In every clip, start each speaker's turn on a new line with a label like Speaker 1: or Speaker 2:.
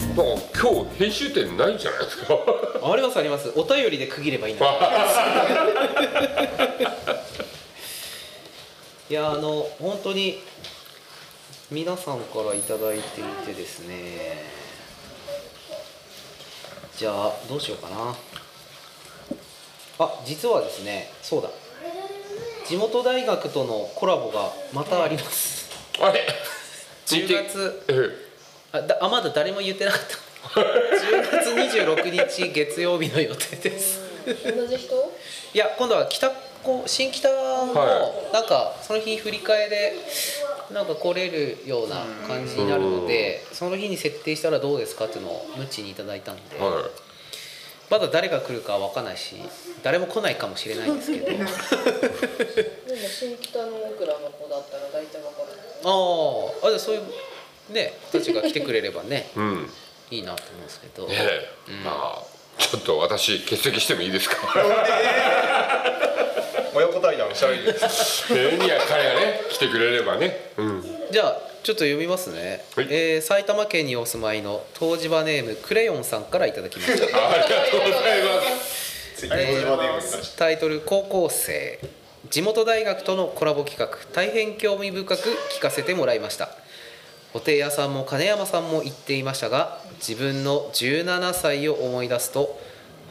Speaker 1: 今日編集点ないんじゃないです か
Speaker 2: ありますありますお便りで区切ればいいんだいやあの本当に皆さんから頂いただいていてですねじゃあどうしようかなあ実はですねそうだ地元大学とのコラボがまたあります
Speaker 1: あれ
Speaker 2: 10月
Speaker 1: え
Speaker 2: あだあまだ誰も言ってなかった 10月26日月曜日の予定です
Speaker 3: 同じ人
Speaker 2: いや今度は北こ新北の
Speaker 1: は
Speaker 2: なんかその日振り替えでなんか来れるような感じになるのでその日に設定したらどうですかっていうのをムッチにいただいたんで
Speaker 1: えは
Speaker 2: まだ誰が来るかは分かんないし誰も来ないかもしれないんですけど
Speaker 3: でも新北の僕らの子だったら大体わかる
Speaker 2: あああじゃあそういうね人たちが来てくれればね
Speaker 1: いうんね
Speaker 2: いいなと思うんですけど
Speaker 1: え、
Speaker 2: うん
Speaker 1: まあちょっと私欠席してもいいですか
Speaker 4: 親子対談したらいいです
Speaker 1: ええいや彼がね来てくれればねうん
Speaker 2: じゃあちょっと読みますね、
Speaker 1: はい
Speaker 2: えー埼玉県にお住まいの湯治場ネームクレヨンさんからいただきました
Speaker 1: ありがとうございます
Speaker 4: 次の島で言うした
Speaker 2: タイトル「高校生」地元大学とのコラボ企画大変興味深く聞かせてもらいました布袋屋さんも金山さんも言っていましたが自分の17歳を思い出すと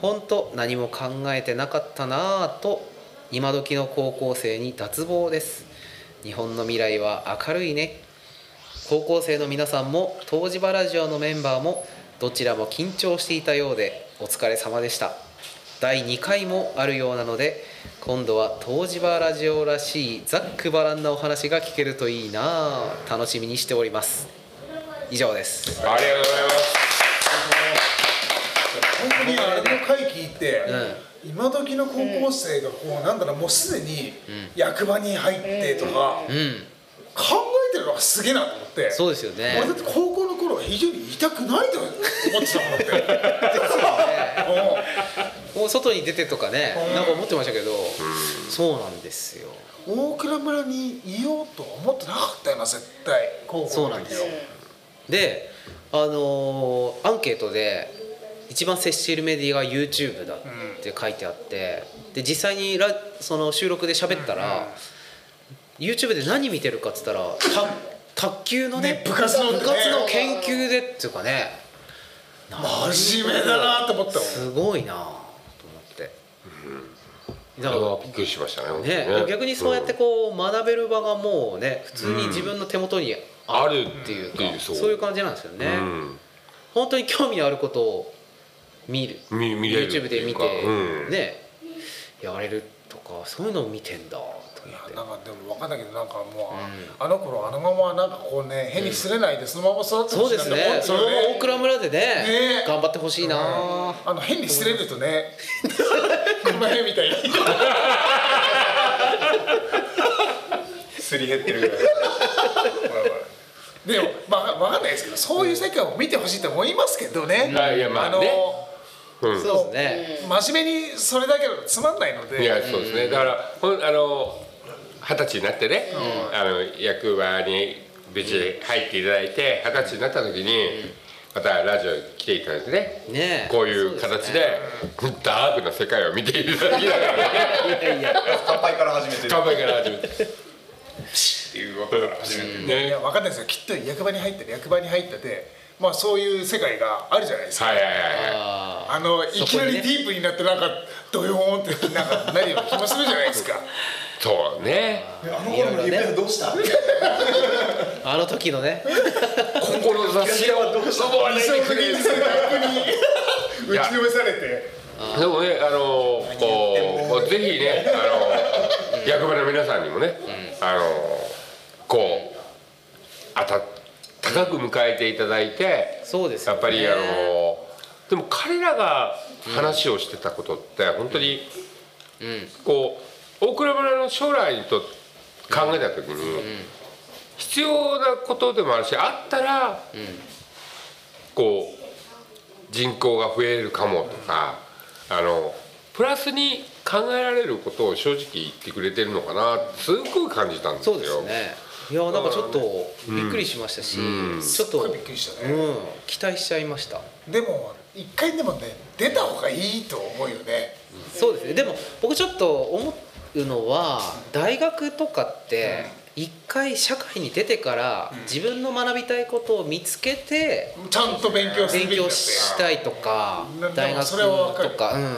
Speaker 2: 本当何も考えてなかったなぁと今時の高校生に脱帽です日本の未来は明るいね高校生の皆さんも東芝ラジオのメンバーもどちらも緊張していたようでお疲れ様でした第2回もあるようなので今度は東芝ラジオらしいざっくばらんなお話が聞けるといいなあ楽しみにしております以上です
Speaker 1: ありがとうございます
Speaker 5: 本当にあれの回聞いて、
Speaker 2: う
Speaker 5: 今時の高校生がこう、なんだろうもうすでに役場に入ってとか、
Speaker 2: うん
Speaker 5: 考えてるのがすげえなと思って
Speaker 2: そうですよね
Speaker 5: 俺だって高校の頃は非常に痛くないと思ってたもんだっ てうん
Speaker 2: もう外に出てとかね
Speaker 5: うん
Speaker 2: なんか思ってましたけどそうなんですよ
Speaker 5: 大倉村にいようとは思ってなかったよな絶対高
Speaker 2: そ
Speaker 5: 校
Speaker 2: う
Speaker 5: の
Speaker 2: なんで
Speaker 5: 時
Speaker 2: す
Speaker 5: よ
Speaker 2: よであのーアンケートで一番接しているメディアが YouTube だって書いてあってで実際にラその収録で喋ったら YouTube で何見てるかっつったらた卓球のね
Speaker 5: ね部活のね
Speaker 2: 部活の研究でっていうかね
Speaker 5: 真面目だなと思ったもん
Speaker 2: すごいなと思ってだ
Speaker 1: あ
Speaker 2: から
Speaker 1: のびっくりしましたね本当
Speaker 2: ね逆にそうやってこう学べる場がもうね普通に自分の手元にあ
Speaker 1: あ
Speaker 2: る
Speaker 1: る
Speaker 2: っていうか
Speaker 1: っていうそう
Speaker 2: そういう感じなんですよね、
Speaker 1: うん
Speaker 2: 本当に興味のあることを見る
Speaker 1: 見見れるってい
Speaker 2: YouTube で見
Speaker 1: う
Speaker 2: て
Speaker 1: か、うん
Speaker 2: ねやれるとかそういうのを見てんだと思って
Speaker 5: なんかでも分かんないけどなんかもう、あの頃あのままなんかこうね変にすれないでそのまま育って
Speaker 2: そ
Speaker 5: ほ
Speaker 2: う
Speaker 5: しい
Speaker 2: で
Speaker 5: なっ
Speaker 2: す
Speaker 5: て思
Speaker 2: ね
Speaker 5: って
Speaker 2: そのまま大倉村でね
Speaker 5: ね
Speaker 2: 頑張ってほしいな、
Speaker 5: あの変にすれるとねこの辺みたいに
Speaker 4: すり減ってるぐらい
Speaker 5: でもまあ分かんないですけどそういう世界を見てほしいと思いますけどね、
Speaker 1: あいやまあねうん
Speaker 2: そうですね、
Speaker 5: の真面目にそれだけだとつまんないので
Speaker 1: いやそうですね、だからほんあの二十歳になってね、あの役場に無事入っていただいて二十歳になった時に、またラジオに来ていただいてね
Speaker 2: ねえ
Speaker 1: こういう形でダークな世界を見ていただきながらね
Speaker 2: いやいや
Speaker 4: 乾杯から始めてる
Speaker 1: 乾杯から始め
Speaker 4: っ
Speaker 1: て
Speaker 4: ていうことから始めてる
Speaker 5: い
Speaker 1: ね
Speaker 5: や分かんないですよきっと役場に入ったら役場に入ったでまあそういう世界があるじゃないですか、
Speaker 1: はいはいはいはい
Speaker 2: あ
Speaker 5: あのい
Speaker 2: そこにね
Speaker 5: きなりディープになってなんかドヨーンってなんかなるような気もするじゃないですか
Speaker 1: そうね
Speaker 4: あの頃の夢はどうした
Speaker 2: ーあの時のね
Speaker 1: 志を
Speaker 4: どうした
Speaker 1: 奪われてくれる
Speaker 5: 打ちのめされて
Speaker 1: でもね、あのこうぜひね、あの役場の皆さんにもね、あのこうあた高く迎えていただいて、
Speaker 2: そうですよ
Speaker 1: や
Speaker 2: ね
Speaker 1: っぱりあのでも彼らが話をしてたことって本当に
Speaker 2: うん
Speaker 1: こう大倉村の将来と考えた時に必要なことでもあるし、あったら
Speaker 2: うん
Speaker 1: こう人口が増えるかもとかあのプラスに考えられることを正直言ってくれてるのかなってすごく感じたんです
Speaker 2: そ
Speaker 1: よ
Speaker 2: うですねいやなんかちょっとびっくりしましたし、
Speaker 1: うん
Speaker 2: ちょっと、
Speaker 5: す
Speaker 2: う
Speaker 5: っご
Speaker 2: ん
Speaker 5: いびっくりしたね、
Speaker 2: 期待しちゃいました
Speaker 5: でも一回でもね出た方がいいと思うよね
Speaker 2: そうですねでも僕ちょっと思うのは大学とかって一回社会に出てから自分の学びたいことを見つけて
Speaker 5: ちゃんと勉強する
Speaker 2: 勉
Speaker 5: べきだ
Speaker 2: 強
Speaker 5: って
Speaker 2: したいとか
Speaker 5: なで
Speaker 2: 大
Speaker 5: も
Speaker 2: 学
Speaker 5: それはわかる
Speaker 2: とかうん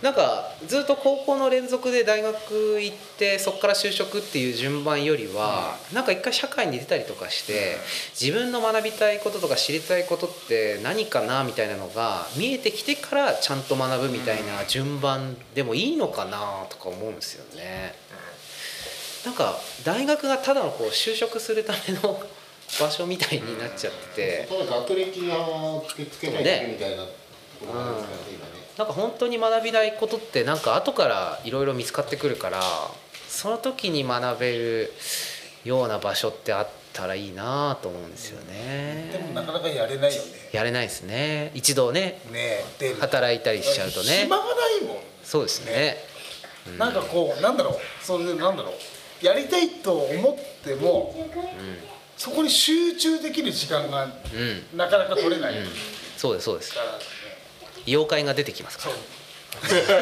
Speaker 2: なんかずっと高校の連続で大学行ってそこから就職っていう順番よりはなんか一回社会に出たりとかして自分の学びたいこととか知りたいことって何かなみたいなのが見えてきてからちゃんと学ぶみたいな順番でもいいのかなとか思うんですよね。なんか大学がただのこう就職するための 場所みたいになっちゃってて。
Speaker 6: ただ学歴をつけつけないだけみたいなところなんですからね今ね
Speaker 2: なんか本当に学びたいことってなんか後からいろいろ見つかってくるからその時に学べるような場所ってあったらいいなと思うんですよ
Speaker 5: でもな
Speaker 2: ね。
Speaker 5: かなかやれないよね
Speaker 2: やれないですね一度ね
Speaker 5: ねで
Speaker 2: 働いたりしちゃうとね
Speaker 5: 暇がないもん
Speaker 2: そうですね
Speaker 5: ねなんかこうなんだろうそれでなんだろうやりたいと思っても、そこに集中できる時間が
Speaker 2: うん
Speaker 5: なかなか取れない、
Speaker 2: そうですそうです
Speaker 5: からね
Speaker 2: 妖怪が出てきますから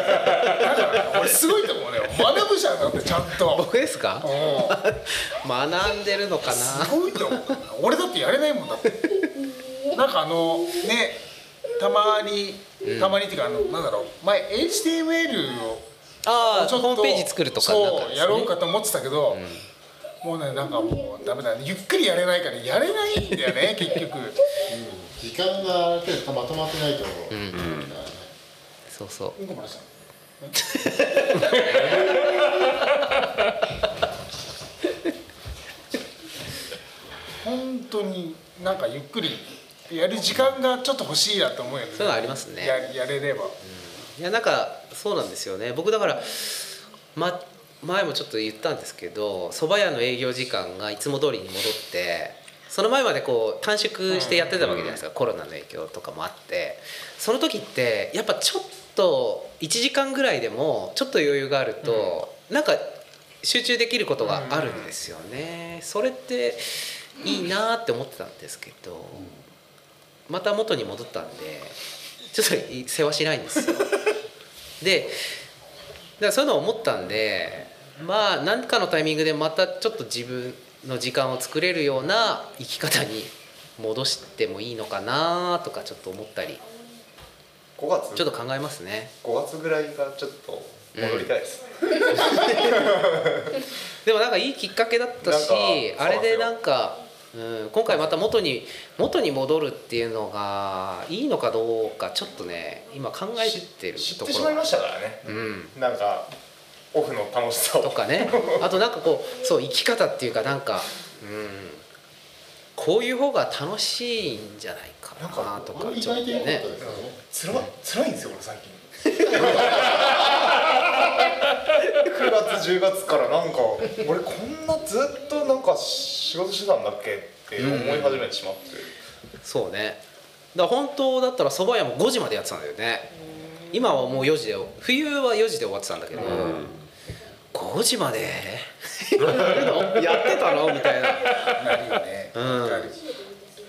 Speaker 5: 俺すごいと思うね学ぶじゃんだってちゃんと
Speaker 2: 僕ですか
Speaker 5: う ん
Speaker 2: 学んでるのか
Speaker 5: す
Speaker 2: な
Speaker 5: ごいと思う俺だってやれないもんだってなんかあのねたまにたまにっていうかあのなんだろう前 HTML を
Speaker 2: ああ
Speaker 5: ちょっと
Speaker 2: ホームページ作るとかなんか
Speaker 5: そう
Speaker 2: です
Speaker 5: やろう
Speaker 2: ね
Speaker 5: かと思ってたけど、もうねなんかもうダメだねゆっくりやれないからやれないんだよね結局
Speaker 6: 時間がある程度まとまってないと
Speaker 2: そうそう
Speaker 5: うんこ漏らした本当になんかゆっくりやる時間がちょっと欲しいなと思うよね
Speaker 2: そういうのありますね
Speaker 5: ややれれば、
Speaker 2: いやなんかそうなんですよね僕だから、ま、前もちょっと言ったんですけど蕎麦屋の営業時間がいつも通りに戻ってその前までこう短縮してやってたわけじゃないですか、コロナの影響とかもあってその時ってやっぱちょっと1時間ぐらいでもちょっと余裕があると、なんか集中できることがあるんですよね、それっていいなって思ってたんですけど、また元に戻ったんでちょっとい世話しないんですよ。でだからそういうのを思ったんでまあ何かのタイミングでまたちょっと自分の時間を作れるような生き方に戻してもいいのかなとかちょっと思ったり
Speaker 4: 5月
Speaker 2: ちょっと考えますね
Speaker 4: 5月ぐらいがちょっと戻りたいです、
Speaker 2: でもなんかいいきっかけだった
Speaker 4: なん
Speaker 2: し
Speaker 4: か
Speaker 2: あれでなんか、うん、今回また元に元に戻るっていうのがいいのかどうかちょっとね今考えてる
Speaker 4: 知
Speaker 2: と
Speaker 4: って
Speaker 2: ころ
Speaker 4: しまいましたからね、
Speaker 2: うん
Speaker 4: なんかオフの楽しさを
Speaker 2: とか ねあとなんかこうそう生き方っていうかなんか、うん、こういう方が楽しいんじゃないかなと
Speaker 6: こ
Speaker 2: か
Speaker 6: れ意
Speaker 2: ちょっ
Speaker 6: 外
Speaker 2: と
Speaker 6: と良かった
Speaker 2: ね
Speaker 6: ですよね
Speaker 4: つらつらいんですよ俺最近9月10月からなんか俺こんなずっとなんか仕事してたんだっけって思い始めてしまって、
Speaker 2: そうねだから本当だったら蕎麦屋も5時までやってたんだよね今はもう4時で冬は4時で終わってたんだけど、5時まで やるのやってたのみたいな
Speaker 5: なるよね、
Speaker 2: うん
Speaker 5: なるよ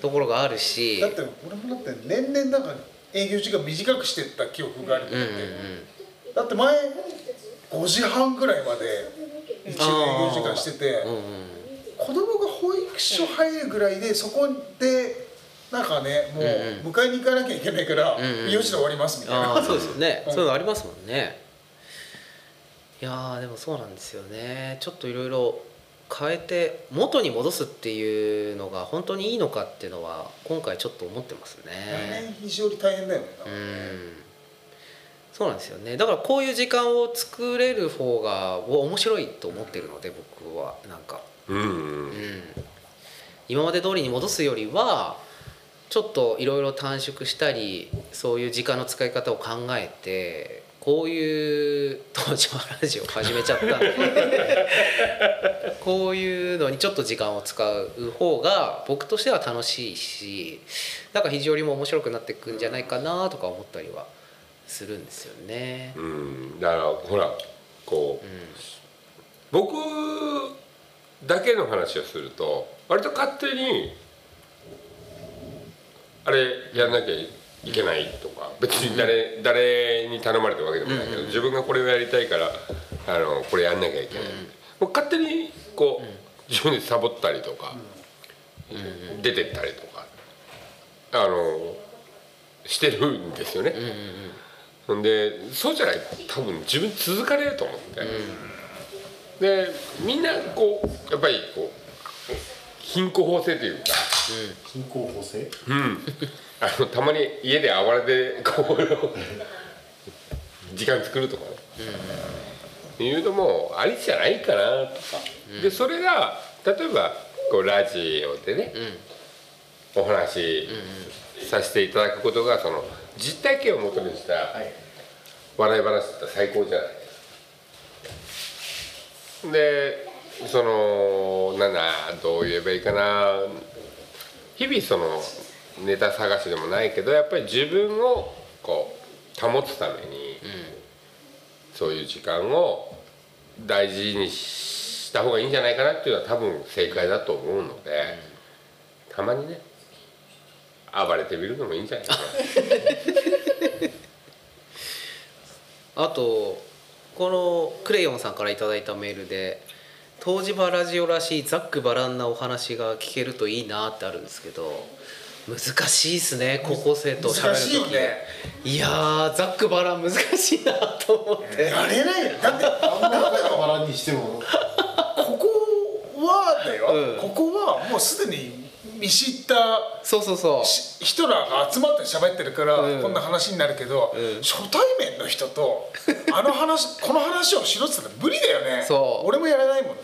Speaker 2: ところがあるし
Speaker 5: だって俺もだって年々なんか営業時間短くしてった記憶があるんだ
Speaker 2: うん
Speaker 5: よ
Speaker 2: うん
Speaker 5: ね、
Speaker 2: うん
Speaker 5: だって前5時半ぐらいまで一応営業時間してて、
Speaker 2: うんうん
Speaker 5: 子供が保育所入るぐらいでそこでなんかねもう迎えに行かなきゃいけないから
Speaker 2: んうん
Speaker 5: 4時で終わりますみたいな、
Speaker 2: あ あそうですよね、
Speaker 5: うん
Speaker 2: そういうのありますもんねいやーでもそうなんですよねちょっといろいろ変えて元に戻すっていうのが本当にいいのかっていうのは今回ちょっと思ってます
Speaker 5: 来年
Speaker 2: ね
Speaker 5: 非常に大変だよね、
Speaker 2: うんそうなんですよねだからこういう時間を作れる方がお面白いと思ってるので僕はなんか
Speaker 1: うん
Speaker 2: う、ん今まで通りに戻すよりはちょっといろいろ短縮したりそういう時間の使い方を考えてこういう当時はラジオ始めちゃったんでこういうのにちょっと時間を使う方が僕としては楽しいしなんか非常にも面白くなっていくんじゃないかなとか思ったりはするんですよね。
Speaker 1: うん、だからほらこう、僕だけの話をすると割と勝手にあれやんなきゃいけないとか別に誰,、誰に頼まれたわけでもないけど、自分がこれをやりたいからあのこれやんなきゃいけない、もう勝手にこう、自分でサボったりとか、出てったりとかあのしてるんですよね。ほんでそうじゃないと多分自分続かれると思って、でみんなこうやっぱりこう貧困法制というか、
Speaker 6: 貧困法制
Speaker 1: うん、あのたまに家で暴れてこう時間作るとかね、いうのもありじゃないかなとか、でそれが例えばこうラジオでね、お話しさせていただくことがその実体験をもとにした笑い話だったら最高じゃないですか。でそのなんだどう言えばいいかな日々そのネタ探しでもないけどやっぱり自分をこう保つために、そういう時間を大事にした方がいいんじゃないかなっていうのは多分正解だと思うので、たまにね暴れてみるのもいいんじゃないかな
Speaker 2: あとこのクレヨンさんからいただいたメールで東芝ラジオらしいざっくばらんなお話が聞けるといいなってあるんですけど難しいですね高校生と喋る
Speaker 5: 難しいよ
Speaker 2: 時、
Speaker 5: ね
Speaker 2: いやーざっくばらん難しいなと思って、
Speaker 5: やれないよだって
Speaker 6: あんなバラにしても
Speaker 5: ここはだよ、
Speaker 2: うん
Speaker 5: ここはもうすでに見知った
Speaker 2: そうそうそう
Speaker 5: し人らが集まって喋ってるから、
Speaker 2: うん
Speaker 5: こんな話になるけど、
Speaker 2: うん
Speaker 5: 初対面の人とあの話 この話をしろっつったら無理だよね
Speaker 2: そう
Speaker 5: 俺もやらな いもん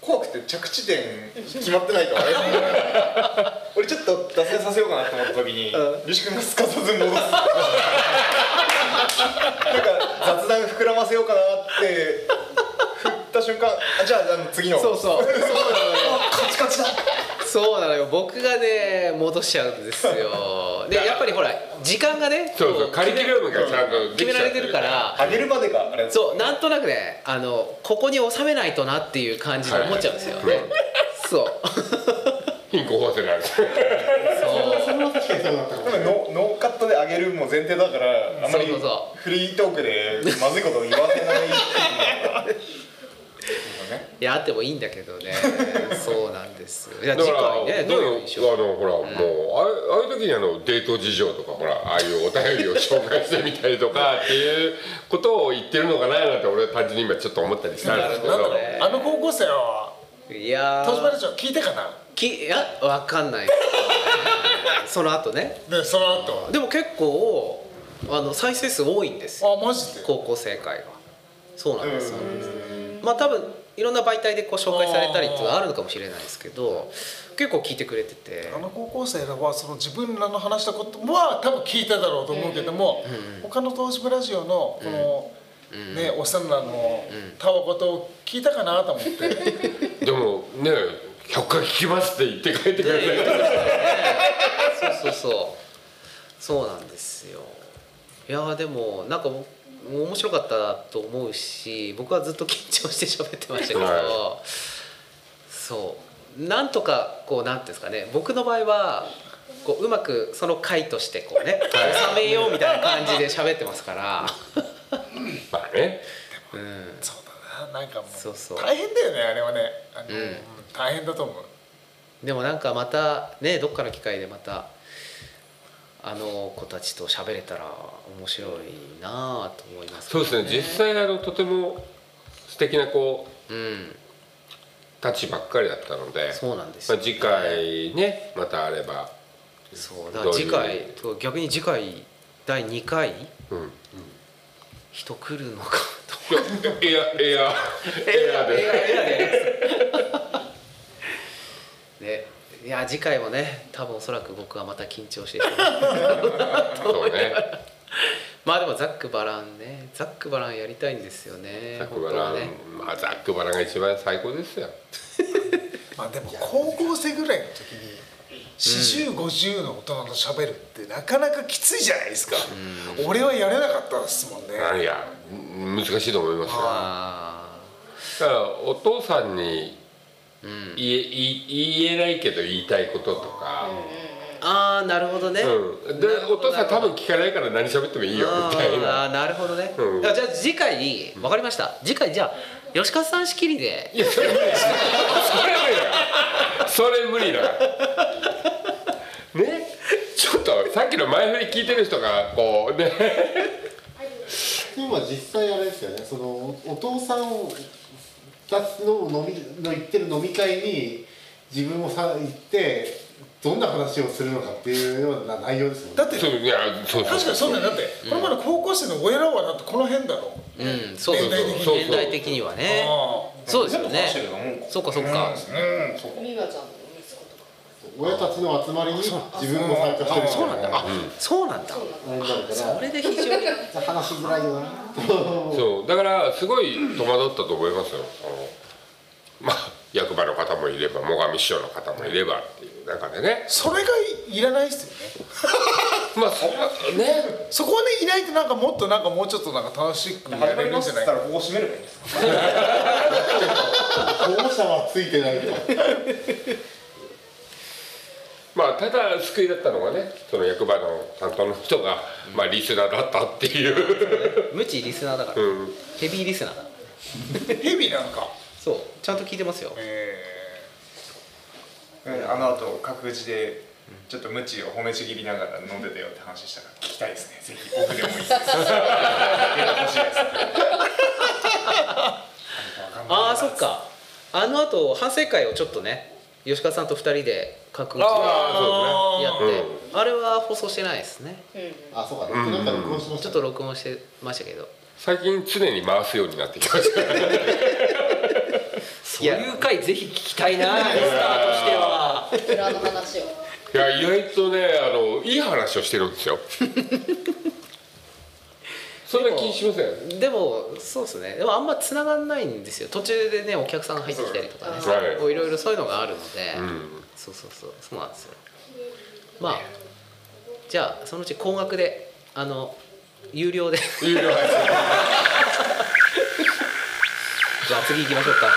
Speaker 4: 怖くて着地点決まってないとあれ 俺ちょっと脱線させようかなと思った時に
Speaker 2: う
Speaker 4: 西君がすかさず戻すなんか雑談膨らませようかなって振った瞬間あじゃああの次の
Speaker 2: そうそうそうなのよ
Speaker 5: カチカチだ
Speaker 2: そうなのよ僕がね戻しちゃうんですよでやっぱりほら時間がね
Speaker 1: そうそう
Speaker 2: こ
Speaker 1: カリキュラムがちゃんと
Speaker 2: 決められてるから
Speaker 4: 上げるまでがあれなんです
Speaker 2: そうなんとなくねあのここに収めないとなっていう感じで思っちゃうんですよ、
Speaker 1: はいはい
Speaker 2: ねそう
Speaker 1: 貧困法制なんですよ
Speaker 2: そう
Speaker 6: それは確かにそうだったかも
Speaker 4: でもノノーカットで上げるも前提だからあんまり
Speaker 2: そうそうそ
Speaker 4: フリートークでまずいこと言わせないっていうのが
Speaker 2: いやあってもいいんだけどねそうなんですよいや
Speaker 1: だ
Speaker 2: 次
Speaker 1: から
Speaker 2: 回ねどういう
Speaker 1: だ
Speaker 2: 印
Speaker 1: から
Speaker 2: 象
Speaker 1: あのほら、もうあああいう時にあのデート事情とかほらああいうお便りを紹介してみたりと かっていうことを言ってるのかななんて俺は単純に今ちょっと思ったりしたんですけ
Speaker 5: なん
Speaker 1: ど
Speaker 5: だろうあの高校生はい
Speaker 2: や
Speaker 5: 東芝
Speaker 2: ー
Speaker 5: ラジオ聞いたかな
Speaker 2: きいやわかんない その後ね
Speaker 5: でその後
Speaker 2: でも結構あの再生数多いんですよ
Speaker 5: あマジで
Speaker 2: 高校生会がそうなんですそうなんですまあ多分いろんな媒体でこう紹介されたりっていうのはあるのかもしれないですけど結構聞いてくれてて
Speaker 5: あの高校生らはその自分らの話したことは多分聞いただろうと思うけども、他の東芝ラジオのこの、ねおっさんらのタワコと聞いたかなと思 って、
Speaker 1: でもね100回聞きますって言って帰ってください
Speaker 2: そうそうそうそうなんですよいやーでもなんか僕面白かったと思うし僕はずっと緊張して喋ってましたけど、
Speaker 1: は
Speaker 2: そうなんとかこうなんていうんですかね僕の場合はこううまくその回としてこうね収めようみたいな感じで喋ってますから
Speaker 1: まあね
Speaker 5: そうだななんかもう
Speaker 2: そうそう
Speaker 5: 大変だよねあれはねあの、
Speaker 2: うん
Speaker 5: うん大変だと思う
Speaker 2: でもなんかまたねどっかの機会でまたあの子たちと喋れたら面白いなあと思いますけ
Speaker 1: そう
Speaker 2: ど
Speaker 1: ですね実際あのとても素敵なこう
Speaker 2: うん
Speaker 1: たちばっかりだったので
Speaker 2: そうなんです
Speaker 1: ま
Speaker 2: よ
Speaker 1: あ、次回ねまたあれば、
Speaker 2: そうだから次回そう逆に次回第2回
Speaker 1: うん、
Speaker 2: 人来るのか
Speaker 1: いや エアエアエアで
Speaker 2: とねいや次回もね多分おそらく僕はまた緊張してしまう
Speaker 1: そうね
Speaker 2: まあでもザックバランねザックバランやりたいんですよね
Speaker 1: ザックバ
Speaker 2: 本当
Speaker 1: ラ
Speaker 2: は
Speaker 1: ン、
Speaker 2: ね
Speaker 1: まあザックバランが一番最高ですよ
Speaker 5: まあでも高校生ぐらいの時に4050の大人と喋るってなかなかきついじゃないですか、俺はやれなかったですもんね、
Speaker 1: いや難しいと思います
Speaker 2: あ
Speaker 1: よだからお父さんに
Speaker 2: うん、
Speaker 1: 言え言え言えないけど言いたいこととか、
Speaker 2: ああなるほどね、
Speaker 1: うん、でお父さん多分聞かないから何喋ってもいいよみたい
Speaker 2: あ
Speaker 1: な
Speaker 2: ーなるほどね、
Speaker 1: うん
Speaker 2: じゃあ次回わかりました次回じゃあ吉川さん仕切りで
Speaker 1: いやそれ無理だよそれ無理だからそれ無理だからねちょっとさっきの前振り聞いてる人がこうね
Speaker 6: 今実際あれですよねそのお父さんをたちの飲みの行ってる飲み会に自分もさ行ってどんな話をするのかっていうような内容ですよね
Speaker 5: だって
Speaker 1: そういやそうそう
Speaker 5: 確かにそうだよだってこれまで高校生の親らはだってこの辺だろ
Speaker 2: うんそうそう
Speaker 5: 年代的に
Speaker 2: そう年代的にはねそうですよねそっかそっか
Speaker 4: うんそう
Speaker 3: ミガちゃんの息子とか
Speaker 6: 親たちの集まりに自分も参加してる
Speaker 2: そうなんだあ、そうなんだ
Speaker 6: あれになる
Speaker 2: そ
Speaker 6: か
Speaker 2: れで非常に
Speaker 6: ら話しづらいよな
Speaker 1: そうだからすごい戸惑ったと思いますよそのまあ役場の方もいれば最上師匠の方もいればっていう中でね
Speaker 5: それがいいらないっすよね
Speaker 1: まあそね
Speaker 5: そこはねいないとなんかもっとなんかもうちょっとなんか楽しくや
Speaker 4: 始ま
Speaker 5: れ
Speaker 4: り
Speaker 5: る
Speaker 4: ま
Speaker 5: んじ
Speaker 4: すっ
Speaker 5: ゃ
Speaker 4: つ
Speaker 5: な
Speaker 4: った
Speaker 5: いから
Speaker 4: ここ閉めればいいんですか
Speaker 6: 保護者はついてないと
Speaker 1: まあただ救いだったのがねその役場の担当の人が、まあリスナーだったっていう、
Speaker 2: 無知リスナーだから、
Speaker 1: うん、
Speaker 2: ヘビーリスナーだ
Speaker 5: ヘビなんか
Speaker 2: そうちゃんと聞いてますよ
Speaker 4: ええあの後各自でちょっと無知を褒めちぎりながら飲んでたよって話したから聞きたいですねぜひ僕でもいいですデータ欲しいです
Speaker 2: ああそっかあのあと反省会をちょっとね吉川さんと二人で確認
Speaker 1: あ
Speaker 2: やってあれは放送してないですね
Speaker 6: あそうかなんか録音しまし
Speaker 2: ち
Speaker 6: た
Speaker 2: ょっと録音してましたけど
Speaker 1: 最近常に回すようになってきましたね
Speaker 2: そういう回ぜひ聞きたいなリスナーとしては
Speaker 3: 村の話を
Speaker 1: いや意外とねあのいい話をしてるんですよそんな気にしません
Speaker 2: でもそうですねでもあんま繋がんないんですよ途中でねお客さんが入ってきたりとかね
Speaker 1: そうだねはい
Speaker 2: こういろいろそういうのがあるので、
Speaker 1: ん
Speaker 2: そうそうそうそうなんですよまあじゃあそのうち高額であの有料で
Speaker 1: いい話
Speaker 2: じゃあ次行きましょうか